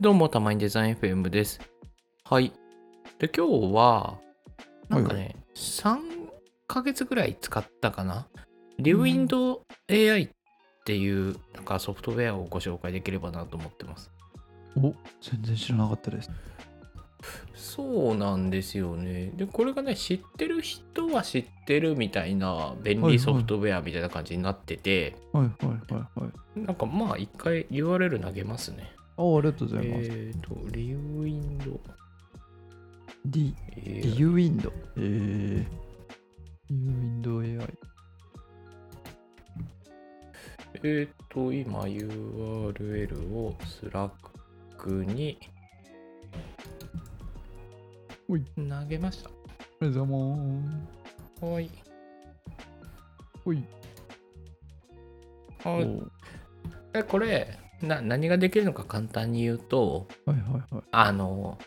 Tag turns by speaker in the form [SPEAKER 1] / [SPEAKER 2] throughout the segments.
[SPEAKER 1] どうも、たまにデザイン FM です。はい。で、今日は、なんかね、
[SPEAKER 2] は
[SPEAKER 1] 3ヶ月ぐらい使ったかな。リウィンド AI っていう、なんかソフトウェアをご紹介できればなと思ってます。
[SPEAKER 2] お全然知らなかったです。
[SPEAKER 1] そうなんですよね。で、これがね、知ってる人は知ってるみたいな便利ソフトウェアみたいな感じになってて、
[SPEAKER 2] はいはいはいはい。
[SPEAKER 1] なんかまあ、一回 URL 投げますね。
[SPEAKER 2] あありがとうございます。
[SPEAKER 1] えっ、と、リウィンド
[SPEAKER 2] D、
[SPEAKER 1] AI。
[SPEAKER 2] リューウィンド。えー、リューウィンド AI。
[SPEAKER 1] えーっと、今 URL をスラックに
[SPEAKER 2] ほい
[SPEAKER 1] 投げました。
[SPEAKER 2] ありがとうございます。
[SPEAKER 1] はい。
[SPEAKER 2] ほい。お
[SPEAKER 1] は
[SPEAKER 2] ー
[SPEAKER 1] いえこれな、何ができるのか簡単に言うと、
[SPEAKER 2] はいは
[SPEAKER 1] あの、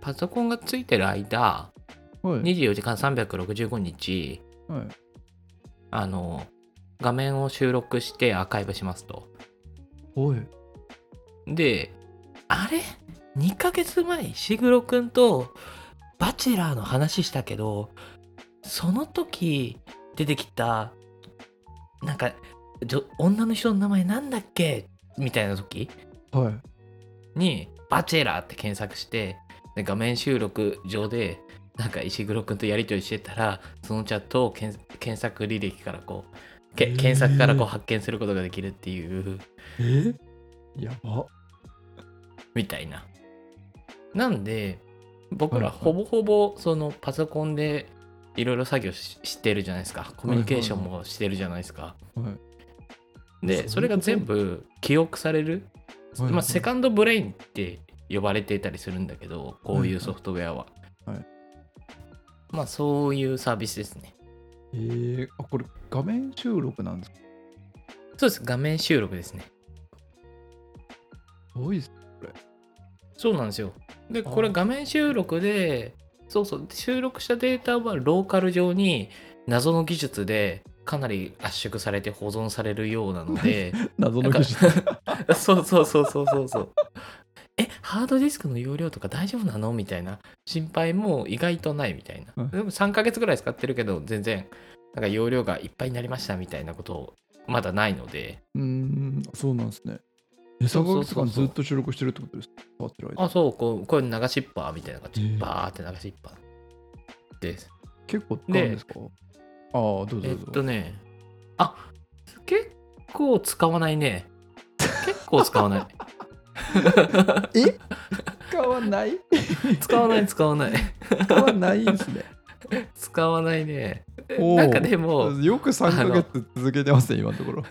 [SPEAKER 1] パソコンがついてる間、
[SPEAKER 2] いはい。はい。
[SPEAKER 1] 24時間365日、
[SPEAKER 2] はい、
[SPEAKER 1] あの、画面を収録してアーカイブしますと。
[SPEAKER 2] おい。
[SPEAKER 1] で、あれ ?2 ヶ月前、石黒くんとバチェラーの話したけど、その時出てきた、なんか、じょ女の人の名前なんだっけみたいな時
[SPEAKER 2] はい。
[SPEAKER 1] に、バチェラーって検索して、で画面収録上で、なんか石黒くんとやりとりしてたら、そのチャットを検検索履歴からこう、け検索からこう発見することができるっていう。
[SPEAKER 2] えやば。
[SPEAKER 1] みたいな。なんで僕
[SPEAKER 2] はい
[SPEAKER 1] ら
[SPEAKER 2] はい
[SPEAKER 1] ほぼほぼそのパソコンでいろいろ作業ししてるじゃないですかコミュニケーションもしてるじゃないですか。
[SPEAKER 2] は
[SPEAKER 1] でそ
[SPEAKER 2] そう
[SPEAKER 1] れ
[SPEAKER 2] いうこと
[SPEAKER 1] が全部記憶される、
[SPEAKER 2] い。はい
[SPEAKER 1] まあ、セカンドブレインって呼ばれていたりするんだけどこういうソフトウェアは。
[SPEAKER 2] はいはい
[SPEAKER 1] まあそういうサービスですね。
[SPEAKER 2] えー、あ、これ画面収録なんですか
[SPEAKER 1] そうです画面収録ですね。
[SPEAKER 2] す ごいっす。
[SPEAKER 1] そうなんですよ。で、
[SPEAKER 2] あー
[SPEAKER 1] これ画面収録で、そうそう、収録したデータはローカル上に謎の技術でかなり圧縮されて保存されるようなの で、
[SPEAKER 2] 謎
[SPEAKER 1] な
[SPEAKER 2] の
[SPEAKER 1] んか
[SPEAKER 2] 技術。
[SPEAKER 1] そうそうそうそうそうそう。え、ハードディスクの容量とか大丈夫なのみたいな心配も意外とないみたいな。
[SPEAKER 2] うん
[SPEAKER 1] でも3ヶ月ぐらい使ってるけど、全然なんか容量がいっぱいになりましたみたいなことまだないので、
[SPEAKER 2] うーん、そうなんですね。え、
[SPEAKER 1] そう
[SPEAKER 2] 3
[SPEAKER 1] そ
[SPEAKER 2] ヶ
[SPEAKER 1] う
[SPEAKER 2] 月
[SPEAKER 1] そう
[SPEAKER 2] 間ずっと収録してるってことですか触ってる間
[SPEAKER 1] あ、そう、こうこれ流しっぱみたいな感じ
[SPEAKER 2] へえ。
[SPEAKER 1] バーって流しっぱです。
[SPEAKER 2] 結構使うんですかああ、どうぞど
[SPEAKER 1] え
[SPEAKER 2] う
[SPEAKER 1] っ
[SPEAKER 2] ぞ。
[SPEAKER 1] とね、あ結構使わないね。結構使わない。
[SPEAKER 2] え使わない
[SPEAKER 1] 使わない、使わない。
[SPEAKER 2] 使わないんですね。
[SPEAKER 1] 使わないね。 え
[SPEAKER 2] おー
[SPEAKER 1] なんかでも、
[SPEAKER 2] よく3ヶ月続けてますね、今のところ。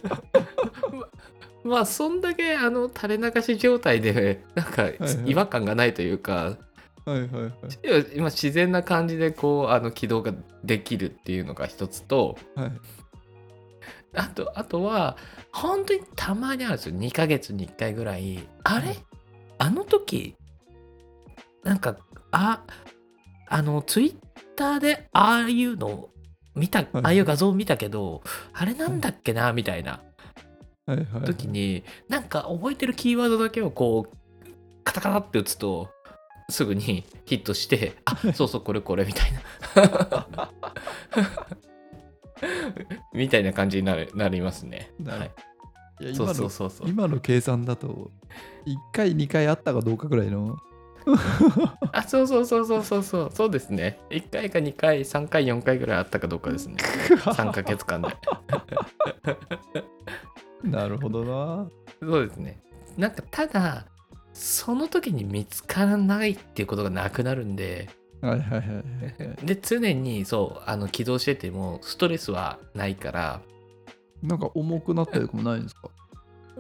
[SPEAKER 1] まあ、そんだけあの垂れ流し状態で、なんか
[SPEAKER 2] はい
[SPEAKER 1] 違和感がないというか、
[SPEAKER 2] はいはいはい。
[SPEAKER 1] 今、自然な感じでこうあの起動ができるっていうのが一つと、
[SPEAKER 2] はい、
[SPEAKER 1] あと、あとは、本当にたまにあるんですよ。2ヶ月に1回ぐらい。あれあの時、なんか、あ、あの、ツイッターでああいうの見た、ああいう画像見たけど、あれなんだっけな、みたいな
[SPEAKER 2] はいはいはい。
[SPEAKER 1] 時に、なんか覚えてるキーワードだけをこう、カタカタって打つと、すぐに ヒットして、 あ、そうそう、これこれ、みたいな。 みたいな感じになるなりますね。
[SPEAKER 2] なる
[SPEAKER 1] はい
[SPEAKER 2] いや
[SPEAKER 1] そう
[SPEAKER 2] 今
[SPEAKER 1] そう
[SPEAKER 2] の
[SPEAKER 1] そうそう。
[SPEAKER 2] 今の計算だと、1回、2回あったかどうかぐらいの。
[SPEAKER 1] あ、そうそうそうそうそうそう。そうですね。1回か2回、3回、4回ぐらいあったかどうかです ね。3ヶ月間で。
[SPEAKER 2] なるほどな。
[SPEAKER 1] そうですね。なんかただ、その時に見つからないっていうことがなくなるんで、
[SPEAKER 2] はいはいはいはいはい。
[SPEAKER 1] で、常にそう、あの、起動しててもストレスはないから、
[SPEAKER 2] なんか重くなったりとかもないんですか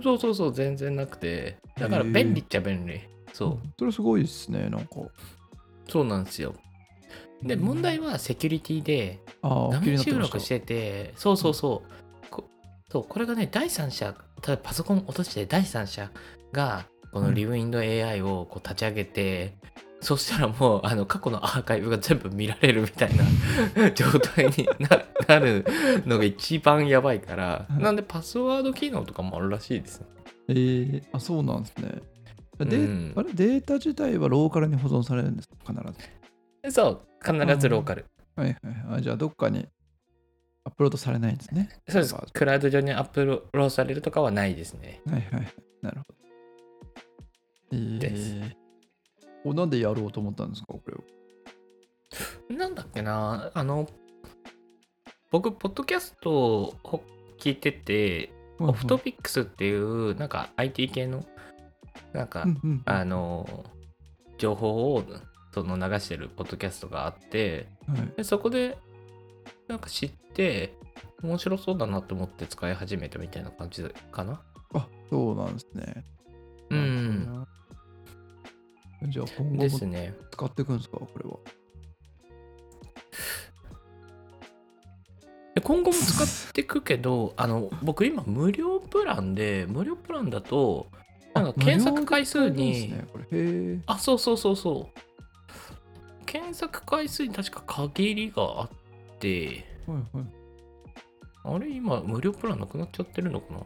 [SPEAKER 1] そうそうそう、全然なくて、だから
[SPEAKER 2] へえ
[SPEAKER 1] 便利っちゃ便利。そう、
[SPEAKER 2] それすごいですね、なんか。
[SPEAKER 1] そうなんですよ。で、問題はセキュリティで、
[SPEAKER 2] ああ、
[SPEAKER 1] 画
[SPEAKER 2] 気
[SPEAKER 1] 面
[SPEAKER 2] になって
[SPEAKER 1] 収
[SPEAKER 2] ま
[SPEAKER 1] 録してて、そうそうそう、こそうこれがね、第三者、例えばパソコン落として、第三者が、この
[SPEAKER 2] うん
[SPEAKER 1] リウィンド AI をこう立ち上げて、そしたらもうあの過去のアーカイブが全部見られるみたいな 状態にななるのが一番やばいから、
[SPEAKER 2] うん
[SPEAKER 1] なんでパスワード機能とかもあるらしいですね。
[SPEAKER 2] えー、あ、そうなんですね。で、
[SPEAKER 1] うん
[SPEAKER 2] あれデータ自体はローカルに保存されるんですか必ず。
[SPEAKER 1] そう、必ずローカル。
[SPEAKER 2] はいはいはい。あじゃあ、どっかにアップロードされないんですね。
[SPEAKER 1] そうです
[SPEAKER 2] なるほ。
[SPEAKER 1] クラウド上にアップロードされるとかはないですね。
[SPEAKER 2] はいはい。なるほど。えー、
[SPEAKER 1] です
[SPEAKER 2] おなんでやろうと思ったんですかこれを。
[SPEAKER 1] なんだっけな、あの、僕、ポッドキャストを聞いてて、オフトピックスっていう、なんか IT 系の、なんか、
[SPEAKER 2] うんうん
[SPEAKER 1] あの、情報をその流してるポッドキャストがあって、
[SPEAKER 2] はい
[SPEAKER 1] でそこで、なんか知って、面白そうだなと思って使い始めたみたいな感じかな。
[SPEAKER 2] あそうなんですね。
[SPEAKER 1] うん。
[SPEAKER 2] なるほどな。じゃあ、今後
[SPEAKER 1] で
[SPEAKER 2] も
[SPEAKER 1] すね。
[SPEAKER 2] 使っていくんですかこれは。
[SPEAKER 1] で今後も使ってくけどあの僕今無料プランで無料プランだとなんか検索回数に
[SPEAKER 2] 無料で使えるんですね、
[SPEAKER 1] あそうそうそうそう検索回数に確か限りがあって
[SPEAKER 2] これへえ。はいはい。
[SPEAKER 1] あれ今無料プランなくなっちゃってるのかな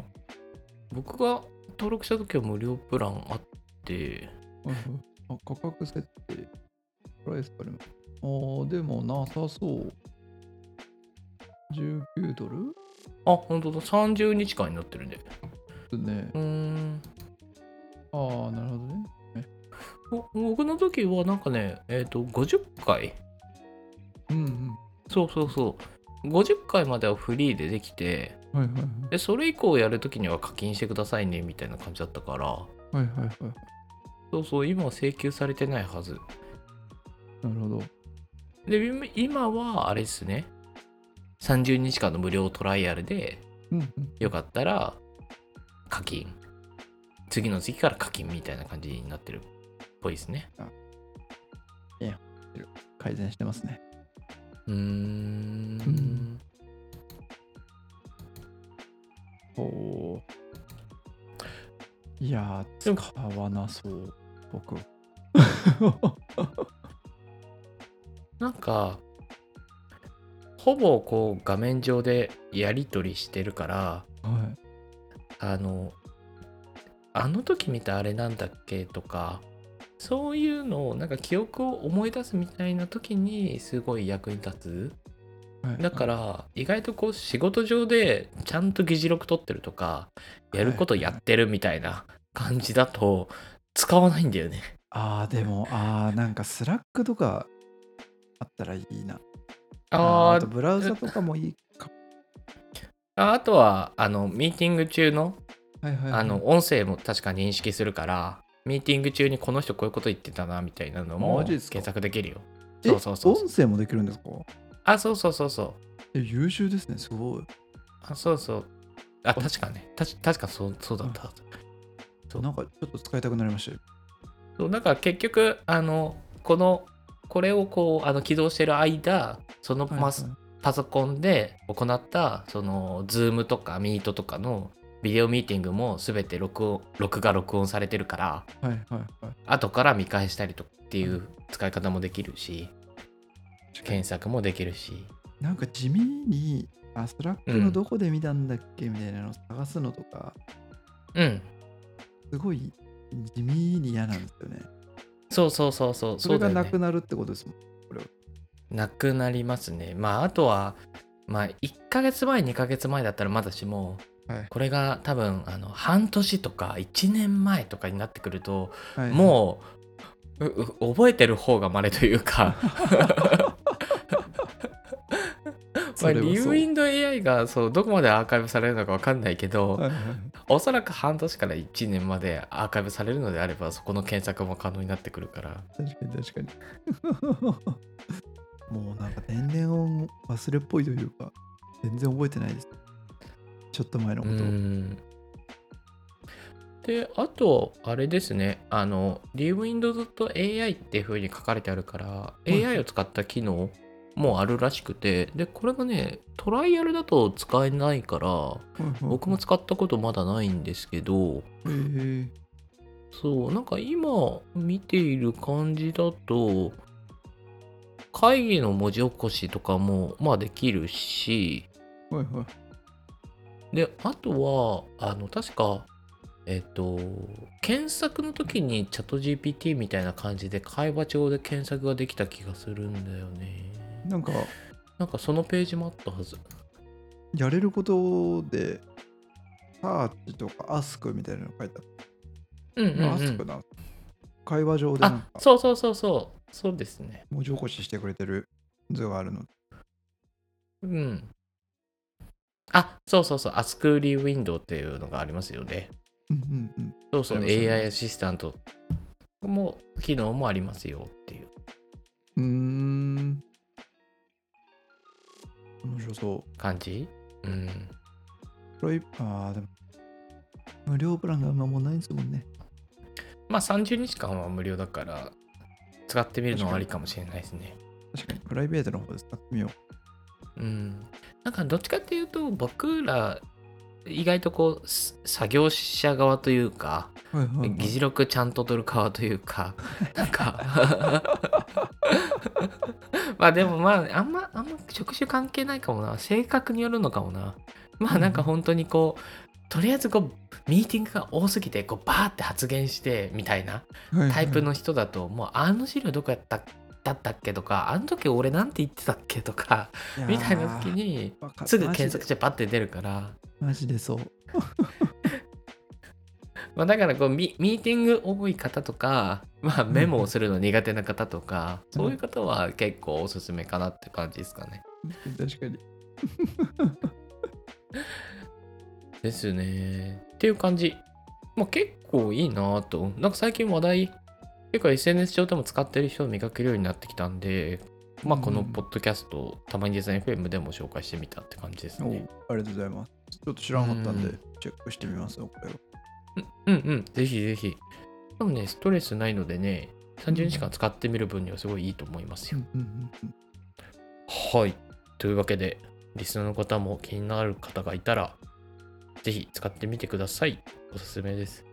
[SPEAKER 1] 僕が登録した時は無料プランあって
[SPEAKER 2] はいはいあ価格設定、プライスあります。あーでもなさそう。19ドル
[SPEAKER 1] あ本当だ30日間になってるね
[SPEAKER 2] ですね
[SPEAKER 1] う。ーん
[SPEAKER 2] ああ、なるほどね。
[SPEAKER 1] ぼ僕の時はなんかねえっ、と50回
[SPEAKER 2] うん
[SPEAKER 1] そうそうそう50回まではフリーでできて
[SPEAKER 2] うん。はいはい
[SPEAKER 1] でそれ以降やるときには課金してくださいねみたいな感じだったから
[SPEAKER 2] はい。はいはいはい。
[SPEAKER 1] そうそう今は請求されてないはず
[SPEAKER 2] なるほど。
[SPEAKER 1] で今今はあれですね30日間の無料トライアルで
[SPEAKER 2] うんうん。
[SPEAKER 1] よかったら課金次の次から課金みたいな感じになってるっぽいですね
[SPEAKER 2] 改善してますね。
[SPEAKER 1] うーん
[SPEAKER 2] おお。いや
[SPEAKER 1] で
[SPEAKER 2] ー、
[SPEAKER 1] も
[SPEAKER 2] 使わなそう、 僕。は
[SPEAKER 1] なんかほぼこう画面上でやり取りしてるから
[SPEAKER 2] い。
[SPEAKER 1] あの、あの時見たあれなんだっけとか、そういうのをなんか記憶を思い出すみたいな時にすごい役に立
[SPEAKER 2] はい
[SPEAKER 1] つ。だから意外とこう仕事上でちゃんと議事録取ってるとか、やることやってるみたいな感じだと使わないんだよね。
[SPEAKER 2] ああ、でも、ああ、なんかスラックとかあったらいいな。ー
[SPEAKER 1] あ
[SPEAKER 2] とブラウザとかもいいか。
[SPEAKER 1] あ、あとはあのミーティング中の
[SPEAKER 2] はいはいはい
[SPEAKER 1] あの音声も確か認識するから、ミーティング中にこの人こういうこと言ってたなみたいなのも
[SPEAKER 2] マジっすか
[SPEAKER 1] 検索できるよ。
[SPEAKER 2] え
[SPEAKER 1] そうそうそうそう
[SPEAKER 2] 音声もできるんですか
[SPEAKER 1] あ、そうそうそうそう。
[SPEAKER 2] え優秀ですね、すごい。
[SPEAKER 1] あそうそう。あ、確かね。たし確かそうそうだった。そう
[SPEAKER 2] なんかちょっと使いたくなりましたよ。
[SPEAKER 1] そうだから結局、あの、この、これをこう、あの起動してる間、その
[SPEAKER 2] は
[SPEAKER 1] パ
[SPEAKER 2] い
[SPEAKER 1] ス、
[SPEAKER 2] はい
[SPEAKER 1] パソコンで行った、その、ズームとかミートとかのビデオミーティングも全て録音、録画録音されてるから、
[SPEAKER 2] はいはいはい。
[SPEAKER 1] 後から見返したりとかっていう使い方もできるし、検索もできるし。
[SPEAKER 2] なんか地味に、あ、スラックのどこで見たんだっけみたいなのを探すのとか、
[SPEAKER 1] うん。
[SPEAKER 2] すごい地味に嫌なんですよね。
[SPEAKER 1] そうそうそうそう。
[SPEAKER 2] それ
[SPEAKER 1] うだ
[SPEAKER 2] が
[SPEAKER 1] よね
[SPEAKER 2] なくなるってことですもん。
[SPEAKER 1] なくなりますね。まああとは、まあ1ヶ月前、2ヶ月前だったらまだしも、
[SPEAKER 2] はい
[SPEAKER 1] これが多分あの半年とか1年前とかになってくると、
[SPEAKER 2] はい
[SPEAKER 1] もううう覚えてる方がまれという か、
[SPEAKER 2] そ
[SPEAKER 1] まあ、
[SPEAKER 2] れはそう
[SPEAKER 1] リウインド AI がそうどこまでアーカイブされるのかわかんないけど、
[SPEAKER 2] はいはいはい
[SPEAKER 1] おそらく半年から1年までアーカイブされるのであれば、そこの検索も可能になってくるから。
[SPEAKER 2] 確かに確かに。 もうなんか年々忘れっぽいというか、全然覚えてないです。ちょっと前のことを。
[SPEAKER 1] うんであとあれですねあの dwind.ai っていう風に書かれてあるから
[SPEAKER 2] い
[SPEAKER 1] AI を使った機能もあるらしくてでこれがねトライアルだと使えないから
[SPEAKER 2] はいはい
[SPEAKER 1] 僕も使ったことまだないんですけど
[SPEAKER 2] えー
[SPEAKER 1] そうなんか今見ている感じだと会議の文字起こしとかもまあできるし
[SPEAKER 2] はいはい。
[SPEAKER 1] であとはあの確かえっと、検索の時にチャット GPT みたいな感じで会話帳で検索ができた気がするんだよね。
[SPEAKER 2] なんか
[SPEAKER 1] なんかそのページもあったはず。
[SPEAKER 2] やれることで、サーチとかアスクみたいなの書いてある。
[SPEAKER 1] うんうん、う
[SPEAKER 2] アスク
[SPEAKER 1] ん。
[SPEAKER 2] な。会話上でなん
[SPEAKER 1] あ
[SPEAKER 2] か
[SPEAKER 1] そうそうそうそう。そうですね。
[SPEAKER 2] 文字起こししてくれてる図があるので。
[SPEAKER 1] うん。あそうそうそう。アスクーリーウィンドウっていうのがありますよね。
[SPEAKER 2] うんうんうん。
[SPEAKER 1] そうそう。
[SPEAKER 2] ありますね
[SPEAKER 1] AI アシスタントも機能もありますよっていう。
[SPEAKER 2] うーん。面白そう。
[SPEAKER 1] 感じうん。
[SPEAKER 2] これ、ああ、でも、無料プランがあんまもうないんですもんね。
[SPEAKER 1] まあ30日間は無料だから、使ってみるのはありかもしれないですね。
[SPEAKER 2] 確かに、プライベートの方で使ってみよ
[SPEAKER 1] うん。なんかどっちかっていうと、僕ら、意外とこう、す作業者側というか、
[SPEAKER 2] う。はいはい、
[SPEAKER 1] 議事録ちゃんと取る側というか、なんかまあでもまああんまあんま職種関係ないかもな性格によるのかもなまあなんか本当にこうとりあえずこうミーティングが多すぎてこうバーって発言してみたいなタイプの人だともうあの資料どこやっただったっけとかあの時俺なんて言ってたっけとかみたいな時にすぐ検索しててパッて出るから
[SPEAKER 2] マジでマジでそう。
[SPEAKER 1] まあ、だからこうミミーティング多い方とか、まあ、メモをするの苦手な方とか、
[SPEAKER 2] うん
[SPEAKER 1] そういう方は結構おすすめかなって感じですかね。
[SPEAKER 2] 確かに。
[SPEAKER 1] ですね。っていう感じ。まあ、結構いいなと。なんか最近話題、結構 SNS 上でも使ってる人を見かけるようになってきたんで、まあ、この
[SPEAKER 2] うん
[SPEAKER 1] ポッドキャスト、たまにデザイン FM でも紹介してみたって感じです
[SPEAKER 2] お
[SPEAKER 1] ね。
[SPEAKER 2] ありがとうございます。ちょっと知らなかったん
[SPEAKER 1] う
[SPEAKER 2] で
[SPEAKER 1] ん、
[SPEAKER 2] チェックしてみますよ、これは。
[SPEAKER 1] うんうん、ぜひぜひ。でもね、ストレスないのでね、30日間使ってみる分にはすごいいいと思いますよ。はい。というわけで、リスナーの方も気になる方がいたら、ぜひ使ってみてください。おすすめです。